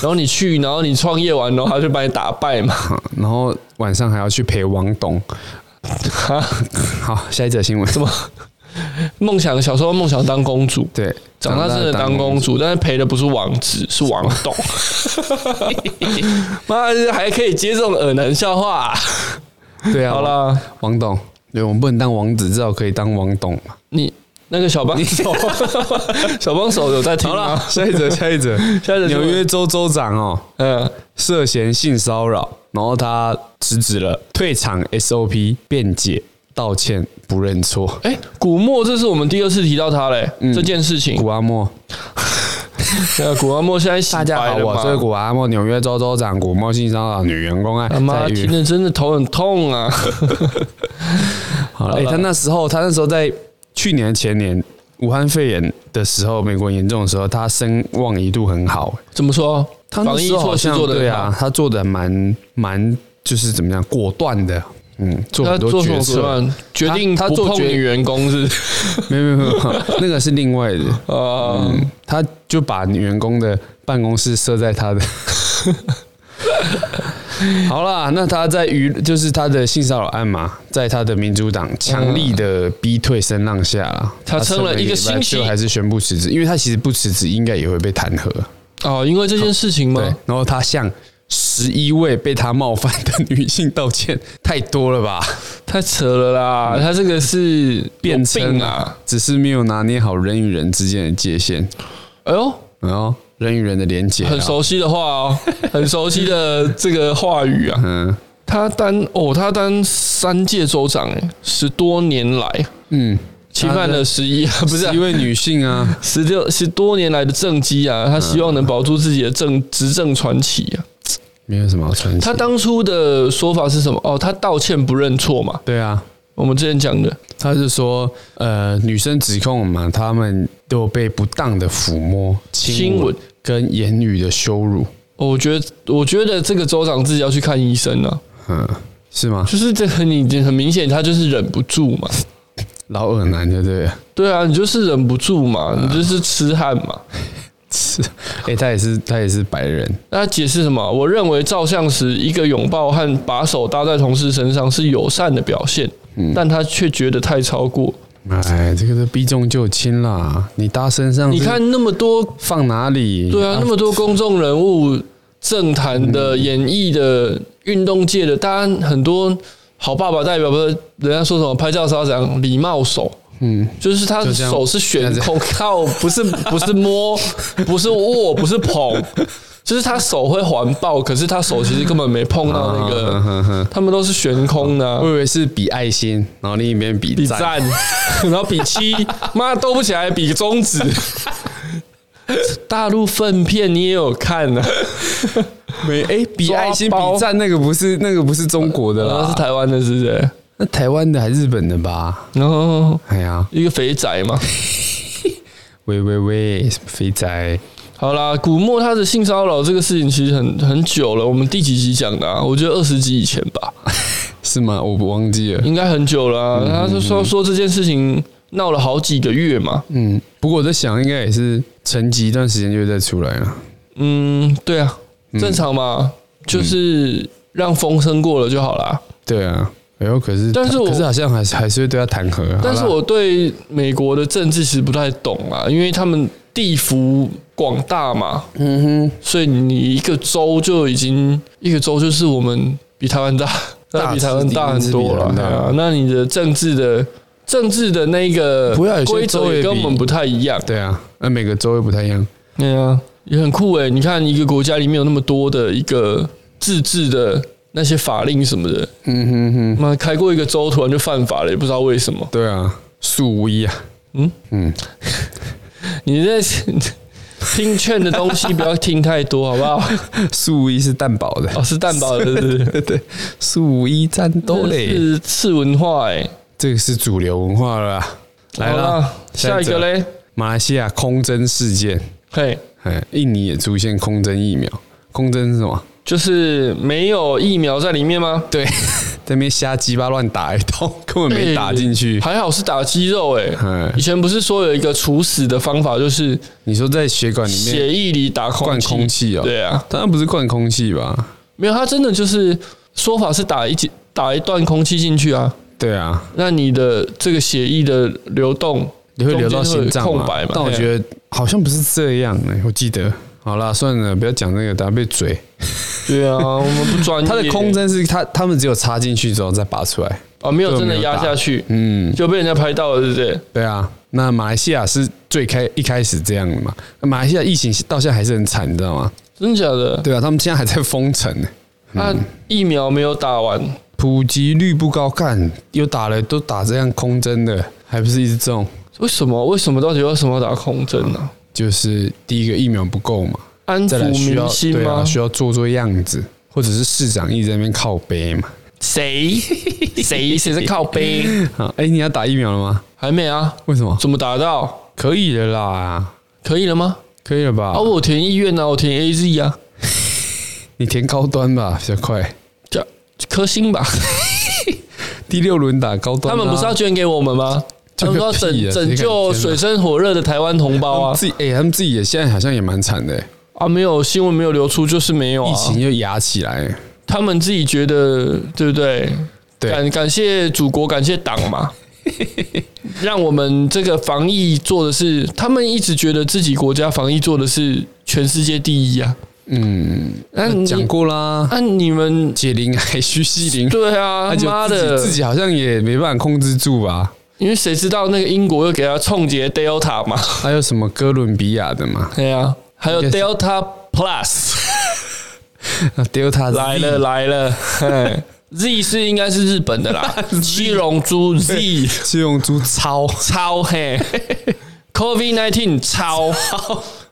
然后你去，然后你创业完，然后他就把你打败 嘛。
好然后晚上还要去陪王董。好，下一则新闻什么？
梦想小时候梦想当公主，
对，
长大真的当公主，但是陪的不是王子，是王董。 妈的，还可以接这种耳男笑话、啊
主，对啊，
好啦，
王董，对我们不能当王子，至少可以当王董嘛。
你那个小帮手， 小帮手有在听吗？
下一 则，下一则，
下一则新闻
纽约州州长哦，
嗯，
涉嫌性骚扰，然后他辞职了，退场 SOP 辩解道歉不认错。
哎、古默，这是我们第二次提到他嘞、这件事情
嗯古。阿莫，
呃，古阿莫现在洗
大家好，
白了
我
嘛
是古阿莫，纽约州州长古莫性骚扰女员工案
他妈
在于
听得真的头很痛 啊！
好了，哎、
了
他那时候，他那时候在去年、前年武汉肺炎的时候，美国严重的时候，他声望一度很好、
怎么说？
他
防疫措施做的
对啊，，他做的蛮蛮就是怎么样果断的，嗯，做
他
很
做
多
什么
决
手
策。
段？决定
他
不
做
碰
决
女员工是不是
没有没有没有，那个是另外的。
啊，
嗯，他就把员工的办公室设 在他的。好啦，那他在舆就是他的性骚扰案嘛，在他的民主党强力的逼退声浪下啦，
他撑了一个星期
礼拜最后还是宣布辞职，因为他其实不辞职应该也会被弹劾。
哦，因为这件事情
对
吗？，
然后他向十一位被他冒犯的女性道歉，太多了吧？
太扯了啦！他这个是
辩
嗯有
称
病啊！，
只是没有拿捏好人与人之间的界限，
哎呦，
然后人与人的连啊接、
很。熟悉的话 哦，很熟悉的这个话语啊。
嗯，
他当哦，他当三届州长哎，十多年来，
嗯，
侵犯了十 一，不是啊
一位女性啊，
十嗯六十多年来的政绩啊，他希望能保住自己的政执政传奇啊。
没有什么好传奇。
他当初的说法是什么？哦，他道歉不认错嘛，
对啊，
我们之前讲的。
他是说，呃，女生指控嘛，他们都有被不当的抚摸、亲
亲
吻
吻
跟言语的羞辱，
哦我觉得，我觉得这个州长自己要去看医生啊，
嗯，是吗？
就是这很你很明显，他就是忍不住嘛。
老耳男就对了，
对啊，你就是忍不住嘛，你就是痴汉嘛。
是，哎、他也是，他也是白人，
那他解释什么？我认为照相时一个拥抱和把手搭在同事身上是友善的表现，但他却觉得太超过。
哎，这个都避重就轻啦，你搭身上，
你看那么多
放哪里？
对 啊，那么多公众人物、政坛的、演艺的、运动界的，当然很多好爸爸代表，不是人家说什么拍照时要怎样礼貌手。嗯，就是他
就这样
手是悬空，靠，不是不是摸，不是握，不是捧，就是他手会环抱，可是他手其实根本没碰到那
啊哼
个
哼哼，
他们都是悬空的啊、
我以为是比爱心，然后另一边比
比
赞
赞， 然后比七，妈斗不起来，比中指。大陆粪片你也有看呢、啊？
没哎、比
抓
爱心比
包
赞啊那个不是那个不是中国的
然后
啦，
是台湾的，是不是？
那台湾的还是日本的吧？
然后
哎呀，
一个肥宅嘛。
喂喂喂，什么肥仔，
好啦，古墨他的性骚扰这个事情其实很很久了，我们第几集讲的啊？我觉得二十集以前吧，
是吗？
嗯
我不忘记了。
应该很久了、
嗯
啊。他就说说这件事情闹了好几个月嘛。
嗯，不过我在想，应该也是沉寂一段时间就会再出来啊了。
嗯，对啊，正常嘛，
嗯
就是让风声过了就好啦。
对啊，哎呦，可是
但是我
可是好像还是还是会对他弹劾啊。
但是
好啦
我对美国的政治其实不太懂啊，因为他们地幅广大嘛，嗯哼，所以你一个州就已经一个州就是我们比台湾大， 那比台湾大很多了
大是比台湾大
对啊。那你的政治的政治的那个
不要有些
规
州
则
也
也
比
跟我们不太一样，
对啊，那每个州会不太一样。
对啊，也很酷诶、你看一个国家里面有那么多的一个自治的那些法令什么的，
嗯哼哼，
妈开过一个州突然就犯法了，也不知道为什么。
对啊，素威啊，
你在 听劝的东西不要听太多，好不 好？
素威是蛋堡的，
哦，是蛋堡的，对不对？
对对，素威战斗
这
嘞，
是次文化哎、
这个是主流文化了啦。来
好
啦
啦，下一
则
个，嘞，
马来西亚空针事件，
嘿，
哎，印尼也出现空针疫苗，空针是什么？
就是没有疫苗在里面吗？
对， 在那边瞎鸡巴乱打一通， 根本没打进去。
还好是打肌肉哎、
嗯
以前不是说有一个处死的方法，就是
你说在血管里面
血液里打空
灌
气，
空气哦？
对啊，
当然不是灌空气吧？
没有，他真的就是说法是打一剂打一段空气进去啊，
对啊，
那你的这个血液的流动
你会流到心脏
中间会有
嘛
空白嘛？啊
但我
得。
觉得好像不是这样哎、我记得。好啦，算了，不要讲那个，等下被嘴。
对啊，我们不 专业。
它的空针是它，他们只有插进去之后再拔出来。
啊，没有真的压下去，
嗯，
就被人家拍到了，对不对？
对啊。那马来西亚是最开一开始这样的嘛？那马来西亚疫情到现在还是很惨，你知道吗？
真的假的？
对啊，他们现在还在封城呢、
那疫苗没有打完，
普及率不高，干有打了都打这样空针的，还不是一直中？
为什么？为什么到底为什么要打空针呢？
就是第一个疫苗不够嘛，
安
再
抚
来需要
民心
对啊，
吗？
需要做做样子，或者是市长一直在那边靠背嘛。
谁 谁谁在靠背？
啊， 哎、你要打疫苗了吗？
还没啊？
为什么？
怎么打到？
可以的啦，
可以了吗？
可以了吧？
啊，我填医院啊，我填 A Z 啊，
你填高端吧，比较快。
这颗星吧。
第六轮打高端
他
啊、
们不是要捐给我们吗？
这
他
个
们说要
屁啊
拯
谁敢
拯救
捐啊
水深火热的台湾同胞
他们
啊
自己哎、他们自己也现在好像也蛮惨的、欸，
啊！没有新闻没有流出，就是没有啊
疫情又压起来、欸
他们自己觉得对不对？
对
感感谢祖国，感谢党 嘛，让我们这个防疫做的是，他们一直觉得自己国家防疫做的是全世界第一啊。嗯，那你
哎讲过啦，
那你们
解铃还须系铃。
对啊，
而且
妈的
自己，自己好像也没办法控制住吧？
因为谁知道那个英国又给他冲劫 Delta 嘛？
还有什么哥伦比亚的嘛？
对啊，还有
应该是
Delta Plus。
啊，Delta
来了来 了嘿，Z 是应该是日本的 啦，七龙珠 Z
是用猪超，
超 嘿，COVID nineteen 超，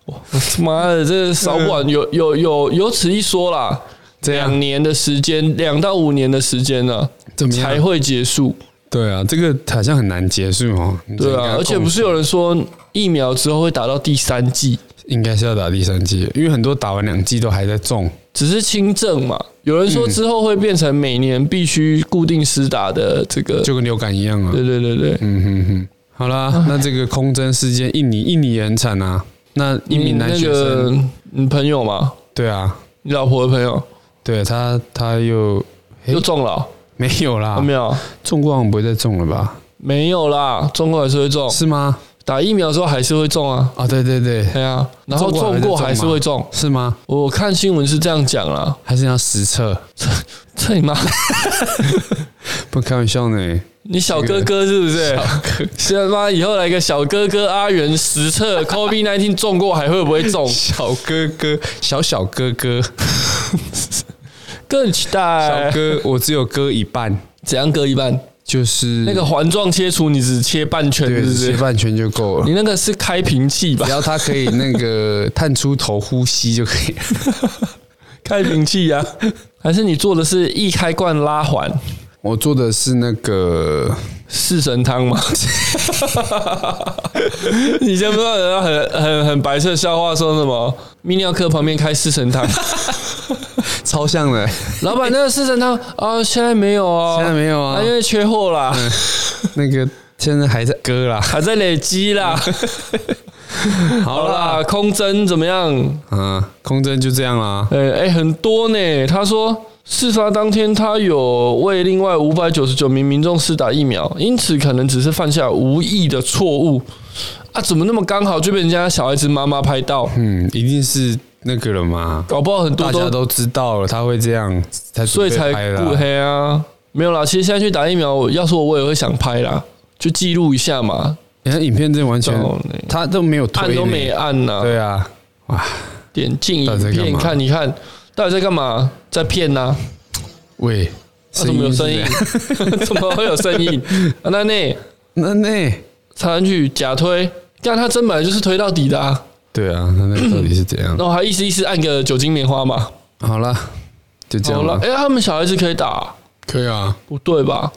我他妈的这烧不完，有有有有此一说啦。
这嗯样
两年的时间，两到五年的时间呢、
怎么样
才会结束？
对啊，这个好像很难结束哦。你
对
这个
啊，
要
而且不是有人说疫苗之后会打到第三季，
应该是要打第三季，因为很多打完两季都还在中。
只是轻症嘛。有人
嗯
说之后会变成每年必须固定施打的这个，
就跟流感一样啊。
对对对对，
嗯哼哼，好 啦，那这个空针事件，印尼印尼也很惨啊。那一
你
名男
那
学
个
生，
你朋友嘛，
对啊，
你老婆的朋友
对啊他他又
又中了哦、
没有啦，
有没有？
中过好像不会再中了吧？
没有啦，中过还是会中，
是吗？
打疫苗之后还是会中啊。
啊，对对对，
对啊，然后中过还是会中。
是吗？
我看新闻是这样讲啦，
还是要实测？
这你妈！
不开玩笑呢，
你小哥哥是不是？现在妈以后来个小哥哥阿元实 测 COVID nineteen 中过还会不会中？
小哥哥，小小哥哥，
更期
小
待。
哥，我只有割一半，
怎样割一半？
就是
那个环状切除你只切半圈
对
是不
切
是？
半圈就够了
你。那个是开瓶器吧
只？要他可以那 个探出头呼吸就可以了。
开瓶器 呀、啊？还是你做的是一开罐拉环
我做的是那个，
四神汤吗？ 你先不知道人家很很很白色笑话说什么？泌尿科旁边开四神 汤，
超像的，
老板那个四神汤啊，现在没有哦，
现在没有啊嗯
因为缺货啦。
那个现在还在割 啦。
还在累积 啦。好啦，空针怎么样？
嗯，空针就这样啦。
呃、哎、很多呢。他说，事发当天他有为另外五百九十九名民众施打疫苗，因此可能只是犯下无意的错误啊！怎么那么刚好就被人家小孩子妈妈拍到？
嗯，一定是那个了嘛，
搞不好很多
大家
都
都知道了，他会这样才
所以才
拍的
不
啊。
黑啊。没有啦，其实现在去打疫苗，要是我我也会想拍啦，就记录一下嘛。
你看影片真的完全
懂嘞，
他都没有
按
推，
都没。按呐、
对啊，哇，
点进
到
影
底在干
片
嘛
看，你看到底在干嘛？在骗呐、
喂，
啊、怎么有声音
是这样？
怎么会有声音？啊，那那
那那，
插进去假推，但他真本来就是推到底的、啊，
对啊，那那到底是怎样？
然后还意思意思按个酒精棉花嘛。
好啦，就这
好
样
了，
了
哎、。他们小孩子可以打、
可以啊，
不对吧？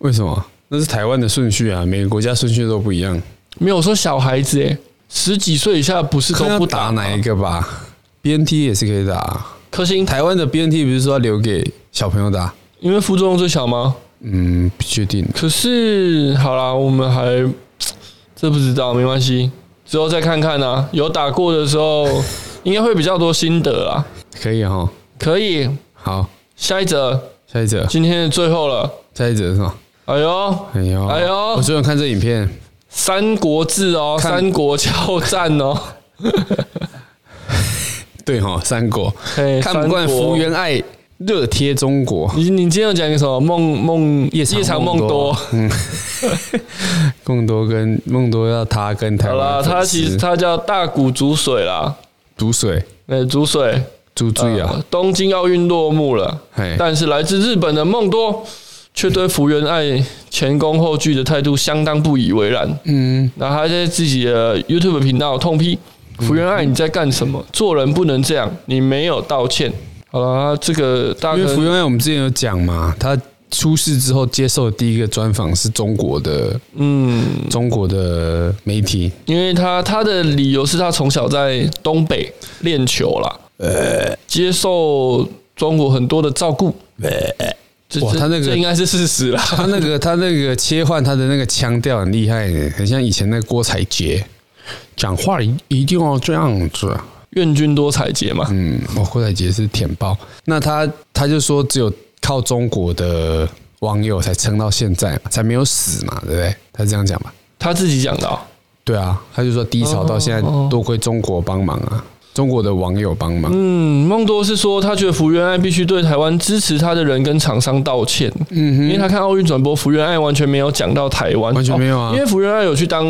为什么？那是台湾的顺序啊，每个国家顺序都不一样。
没有我说小孩子、哎，十几岁以下不是
看
都
要
不
打
打吗
哪一？个吧，BNT 也是可以打啊。
颗星，
台湾的 BNT 不是说要留给小朋友打？
因为副作用最小吗？
嗯，不确定。
可是好啦，我们还这不知道，没关系，之后再看看啊。有打过的时候，应该会比较多心得啦。
可以哈。
可以，
好，
下一则，
下一则，
今天的最后了。
下一则是吗？
哎呦，
哎呦，
哎呦
我昨天有看这影片，
三国志哦，
看
三国交战哦，
对哈，哎三国
嘿
看不惯
三国
福原爱热贴中国，
你你今天有讲一个什么梦梦夜长梦多？
嗯，梦多跟梦多要他跟台
好啦，
湾
他
粉丝
其实他叫大谷煮水啦，
煮水
呃，煮水。
煮醉啊
呃，东京奥运落幕了
嘿，
但是来自日本的梦多却对福原爱前功后拒的态度相当不以为然。
嗯，
然后他在自己的 YouTube 频道痛批福原爱你在干什么？做人不能这样，你没有道歉。好了，这个大
因
哥
为福原爱我们之前有讲嘛，他出事之后接受的第一个专访是中国的
嗯，
中国的 媒体，
因为他他的理由是他从小在东北练球啦，
呃
接受中国很多的照顾。这
哇
这
他那个
这应该是事实啦。
他那个他那个切换他的那个腔调很厉害耶，很像以前那个郭采洁，讲话一一定要这样子。啊
愿君多采撷嘛，
嗯，哦，郭采洁是舔爆。那他他就说只有靠中国的网友才撑到现在嘛，才没有死嘛，对不对？他是这样讲吧？
他自己讲的哦、
对啊，他就说低潮到现在多亏中国帮忙啊，中国的网友帮忙。
嗯，梦多是说他觉得福原爱必须对台湾支持他的人跟厂商道歉，
嗯
因为他看奥运转播，福原爱完全没有讲到台湾，
完全没有啊
哦因为福原爱有去当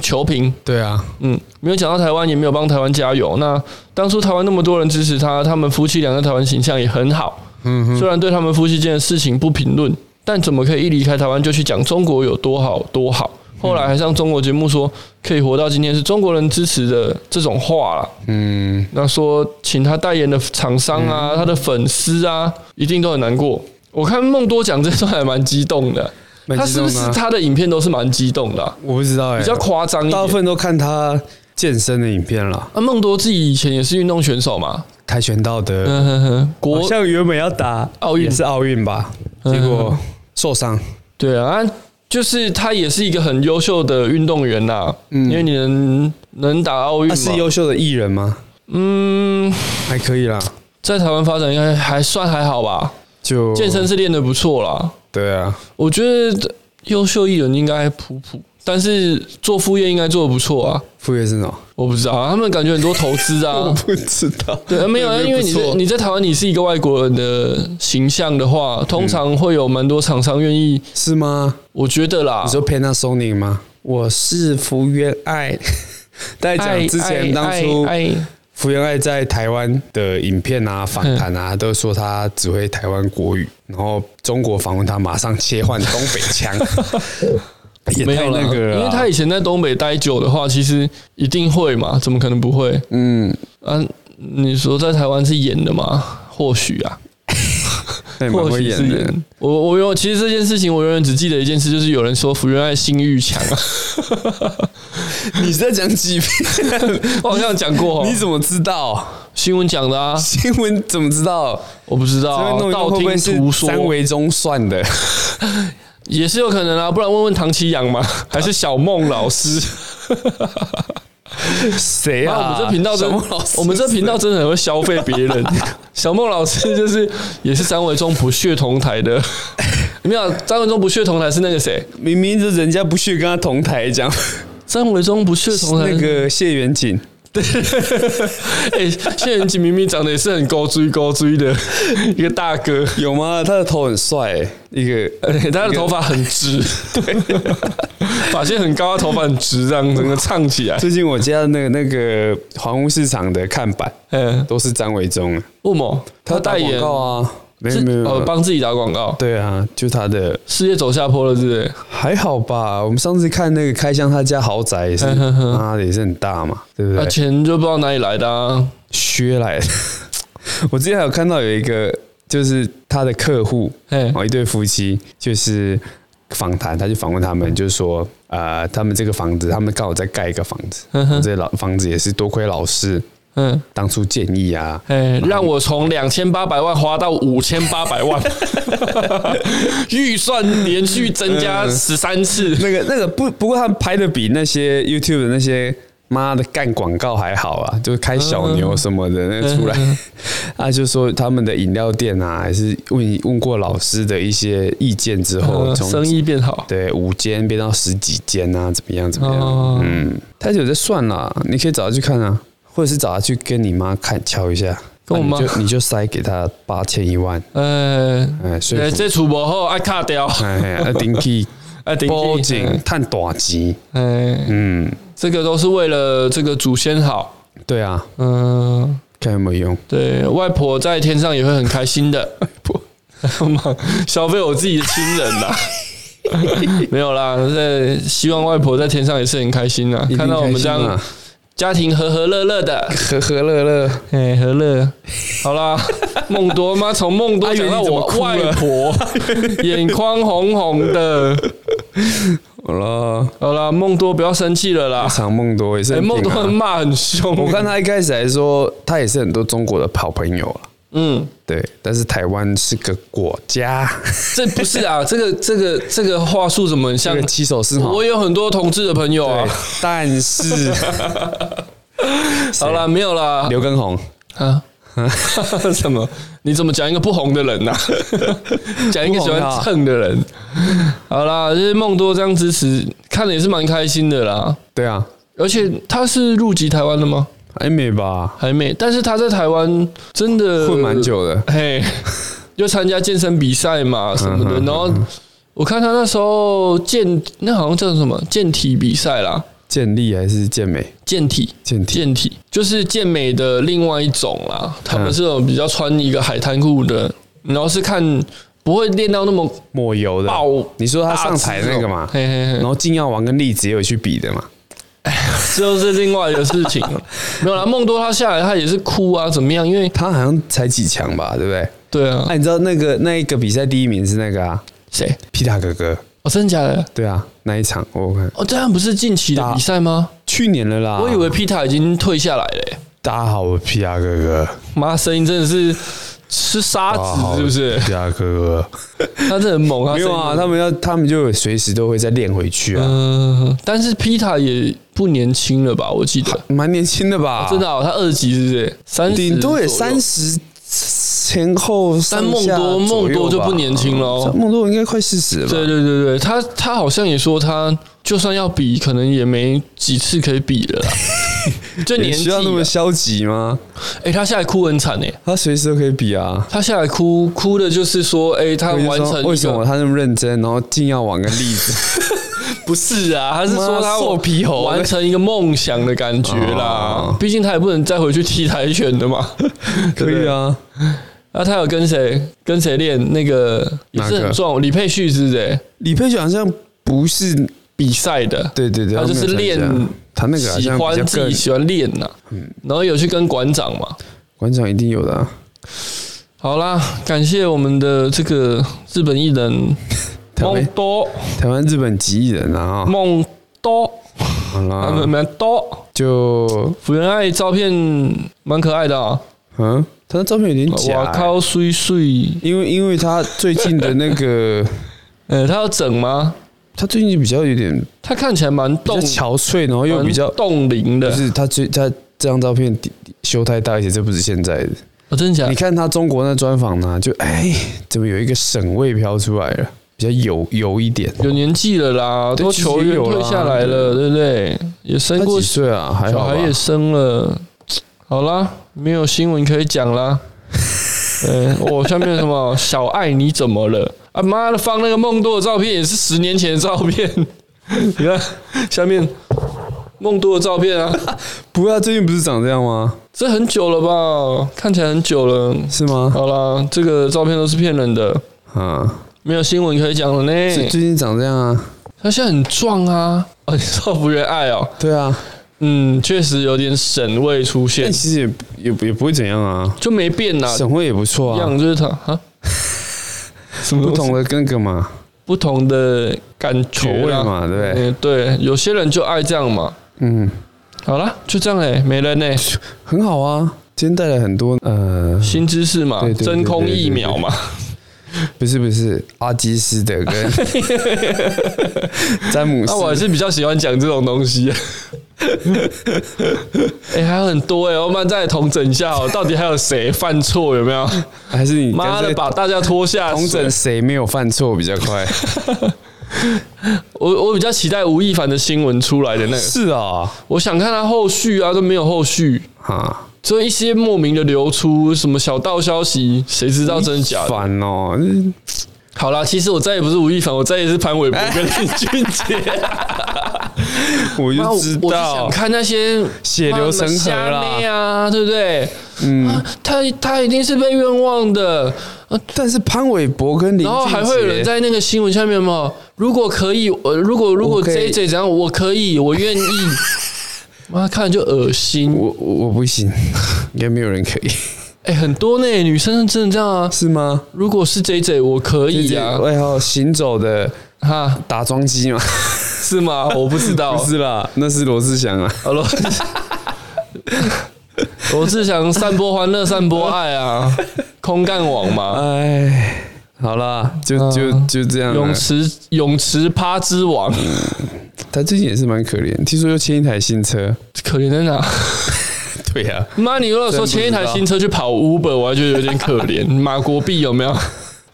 球评，
对啊，
嗯，没有讲到台湾，也没有帮台湾加油。那当初台湾那么多人支持他，他们夫妻俩在台湾形象也很好。嗯，虽然对他们夫妻间的事情不评论，但怎么可以一离开台湾就去讲中国有多好多好，后来还上中国节目说，可以活到今天是中国人支持的这种话啦。
嗯，
那说请他代言的厂商啊，他的粉丝啊，一定都很难过。我看梦多讲这段还蛮激动的，
蛮
他
激
是
动
不
的啊
是他的影片都是蛮激动的啊、
我不知道哎、
比较夸张一
大部
点。
分都看他健身的影片了，
啊，梦多自己以前也是运动选手嘛，
跆拳道的，
嗯哼哼，
好
国
像原本要打
奥运嗯
也是奥运吧，结果受伤，
对啊，啊就是他也是一个很优秀的运动员呐、因为你能能打奥运
他
嘛，
嗯啊是优秀的艺人吗？
嗯，
还可以啦，
在台湾发展应该还算还好
哦
吧，
就
健身是练得不错啦。
对啊，
我觉得优秀艺人应该普普，但是做副业应该做得不错啊。
副业是什么？
我不知道，啊他们感觉很多投资啊，
不知道，
对，啊没有，啊，因为你在你在台湾，你是一个外国人的形象的话，通常会有蛮多厂商愿意，
是吗？
我觉得啦
你，说 Panasonic 吗？我是福原 爱，大家
爱
哎讲之前当初
爱爱爱
福原爱在台湾的影片啊、访
嗯
谈啊，都说她只会台湾国语，然后中国访问她马上切换东北 腔，也
没
太
有啦
那个了啊，
因为他以前在东北待久的话，其实一定会嘛，怎么可能不会？
嗯，
啊，你说在台湾是演的吗？或许啊，
那也蛮
或
会
许是
演的。
演。我我有，其实这件事情我永远只记得一件事，就是有人说福原爱性欲强 啊，
你是在讲几遍？
我好像讲过、哦，
你怎么知道？
新闻讲的啊？
新闻怎么知道？
我不知道、
这边
啊
弄，一弄
道
会不会
听
是
途说
三维中算 的？
也是有可能啊，不然问问唐奇阳嘛，还是小梦老师？
谁
啊，我
啊？
们这频道真
小莫老，师
我们这频道真的很会消费别人。 小孟老师就是也是张维忠不屑同台 的，没有张维忠不屑同台是那个谁？
明明是人家不屑跟他同台讲，
张维忠不屑同台
那个谢元景，
哎，谢元吉明明长得也是很高追高追的一个大哥，
有吗？他的头很帅、欸，一个
哎他的头发很直， 对，发线很高，他头发很直，这样整个唱起来。
最近我家的那个那个黄屋市场的看板
嗯，
都是张维忠，
为什么？他
打
代
广
言
告啊，没有
自
没有，
哦，帮自己打广告，
对啊，就他的
事业走下坡了，是不是？
还好吧。我们上次看那个开箱，他家豪宅也是，
嗯哼哼
妈的也是很大嘛，对不
啊，
对？
钱就不知道哪里来的啊。
削来的， 我之前还有看到有一个，就是他的客户，
嘿
哦，一对夫妻就是访谈，他就访问他们，就是说，呃，他们这个房子，他们刚好在盖一个房子，
嗯哼
这老房子也是多亏老师
嗯，
当初建议啊，
哎，让我从两千八百万花到五千八百 万，预算连续增加十三次。
嗯那个那个不不过他们拍的比那些 YouTube 的那些妈的干广告还好啊，就是开小牛什么的那个出来，
嗯
他就说他们的饮料店啊，还是问问过老师的一些意见之后，
呃
哦从
生意变好，
对五间变到十几间啊，怎么样怎么样？
哦
嗯，他有在算啦，你可以找他去看啊，或者是找他去跟你妈看敲一下，
跟我妈
啊你就你就塞给他八千一万，
呃，
哎，所以
哎这厨博后爱卡掉，
哎哎，啊顶起
爱顶
报警探大钱，
哎，
嗯，
这个都是为了这个祖先好。
对啊，
嗯，
看有没有用。
对外婆在天上也会很开心的。妈 消费我自己的亲人 啦。没有啦，这希望外婆在天上也是很开心啦。看到我们这
一定
样
开心啊
家庭和和乐乐的，
和和乐乐，
哎，和乐，好 啦，梦多妈从梦多讲到我外婆，眼眶红红的。
好了，
好啦，梦多不要生气了啦。
常梦多也是
哎，
很
梦
挺
多
啊
很骂很凶，
我看他一开始还说，他也是很多中国的好朋友啊了，
嗯，
对，但是台湾是个国家，
这不是啊，这个这个这个话术怎么很
这
像
个？起手是哈，
我有很多同志的朋友啊
对。，但是
好啦，没有啦。
刘根 红
啊，什么？你怎么讲一个不红的 人呐、讲一个喜欢蹭的人。好啦，就是梦多这样支持，看的也是蛮开心的啦。
对啊，
而且他是入籍台湾的吗？
还没吧，
还没，但是他在台湾真的
混蛮，久的，
嘿，又参加健身比赛
嗯
嘛什么的，然后。我看他那时候健，那好像叫什么健体比赛啦，
健力还是健美？
健体
健体
健体就是健美
嗯
的另外一种啦，他们是有比较穿一个海滩裤的，然后是看不会练到那么
抹油的
爆。
你说他上台那个嘛
大，肌肉嘿嘿嘿
然后金耀王跟栗子也有去比的嘛，
这是另外一个事情 了。没有啦，梦多他下来他也是哭啊，怎么样？因为
他好像才几强吧，对不对？
对啊
哎、，你知道那个那一个比赛第一名是那个啊，
谁？
皮塔哥哥，
哦，真的假的？
对啊，那一场我看
哦，这样不是近期的比赛吗？
去年了啦，
我以为皮塔已经退下来了、欸。
大家好，我皮塔哥哥，
妈，声音真的是吃沙
大家好
子是不是
我？皮塔哥
他真的很猛啊！
哥，没有啊，他们要他们就有随时都会再练回去啊，
嗯、但是皮塔也不年轻了吧？我记得
蛮年轻的吧，
真的、哦，他二级是不是？三
顶多也三
十
十前后上
但梦
下
多
左
梦
右
多就
吧
不年轻了哦
梦多应该快四十了吧？
对对对对，他他好像也说他就算要比，可能也没几次可以比 了啦。就
也
年纪啊
需要那
了
么，消极吗？
哎、他下来哭很惨哎、
他随时都可以比啊。
他下来哭哭的就是说，哎、他
我就
完
说
成一个
为什么他那么认真，然后竟要往个 例子？
不是啊，他是说他
妈瘦皮猴
完成一个梦想的感觉啦
哦。
毕竟他也不能再回去踢跆拳的 嘛。
可以啊，
那他有跟谁跟谁练那个也
哪个
是很壮，李佩旭是谁
李佩璇好像不是，
比赛的？
对对对，
他就是练
没有参加他那个嗯好
喜
像比
欢
较
自
更
己喜欢练呐、然后有去跟馆长嘛。
馆长一定有的啊。
好啦，感谢我们的这个日本艺人
台
梦
湾
多
台湾日本几亿人啊，
梦多，
好
啊没
啦，
没多，
就
福原爱照片蛮可爱的啊，
嗯，他的照片有点假
哇
欸，
靠，水水，
因为因为他最近的 那个，
呃，他要整吗？
他最近比较有点
他看起来蛮
比较
动，嗯
憔悴，然后又
蛮
比较
冻龄的
不，是他最他这张照片底底修太大，而且这不是现在的。
哦，真的假
你
的？
看他中国那专访呢，就哎，怎么有一个省味飘出来了，比较油油一点。
有年纪了啦，
对
都
其实
球员
也有啦
退下来了，对不对？也生
他
过
几岁啊？还
小
好吧
孩。也生了，好啦，没有新闻可以讲 啦。嗯，我下面有什么小爱你怎么了？啊妈的，放那个梦多的照片也是十年前的照片， 你看下面梦多的照片啊，
不要，最近不是长这样吗？
这很久了吧？看起来很久了。
是吗？
好啦，这个照片都是骗人的，
啊，
没有新闻可以讲了
最
呢。
最近长这样啊？
他现在很壮啊，啊，你说福原爱哦，
对啊，
嗯，确实有点省味出现
但，其实也也也不会怎样啊，
就没变呐、
省会也不错
一
啊，
样就是他啊，什么
不
东西
同的那个嘛，
不同的感
口
觉
味
啦
嘛，对不对？
嗯，对，有些人就爱这样嘛。
嗯，
好啦，就这样嘞、没人欸 嘞、
很好啊。今天带来很多呃，
新知识嘛
对，对对
真空疫苗嘛，
不是不是，阿基斯的 跟詹姆斯
那我还是比较喜欢讲这种东 西。哎、还有很多哎、我们再来统整一下哦，到底还有谁犯错有没 有？
还是你
妈的，
干脆
把大家拖下
同
水
整谁没有犯错比较 快？
我我比较期待吴亦凡的新闻出来的 那个，
是啊，
我想看他后续啊，都没有后续。
啊，
这一些莫名的流出，什么小道消息，谁知道真的假的？
烦哦，
好啦，其实我再也不是吴亦凡，我再也是潘玮柏跟林 俊杰。
哎 我
妈我
就
我
知
是想
道，
看那些
血流成河
妈妈
啦
虾妹啊，对不对？嗯，他他一定是被冤枉的。啊
但是潘玮柏跟林
然后
俊杰
还会有人在那个新闻下面嘛？如果可以，呃，如果如果
我可以
J J 怎样，我可以，我愿意。 妈看了就恶心，
我我我不行，应该没有人可 以，
哎、很多呢，女生真的这样啊。
是吗？
如果是 J J，我可以啊，
哎呦，行走的
哈，
打桩机嘛，
是吗？我不知道，
不是啊啦，那是罗志祥啊，
好 了，我是想散播欢乐，散播爱啊，空干网嘛，
哎，好啦，就就
嗯
就这样
泳
啊。
池泳池趴之王，
他最近也是蛮可怜，听说又签一台新车，
可怜在哪？
对啊 呀，
妈，你如果说
真不知道
签一台新车去跑 Uber，我还觉得有点可怜。马国币有没有？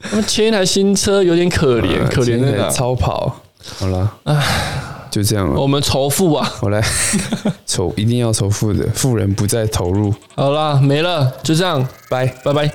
他签一台新车有点可
啊
怜，可怜在
的
哪？
超跑，好啦，就这样了
我。们仇富啊！
我来 仇，一定要仇富的，富人不再投入。
好啦，没了，就这样，
拜。
拜拜。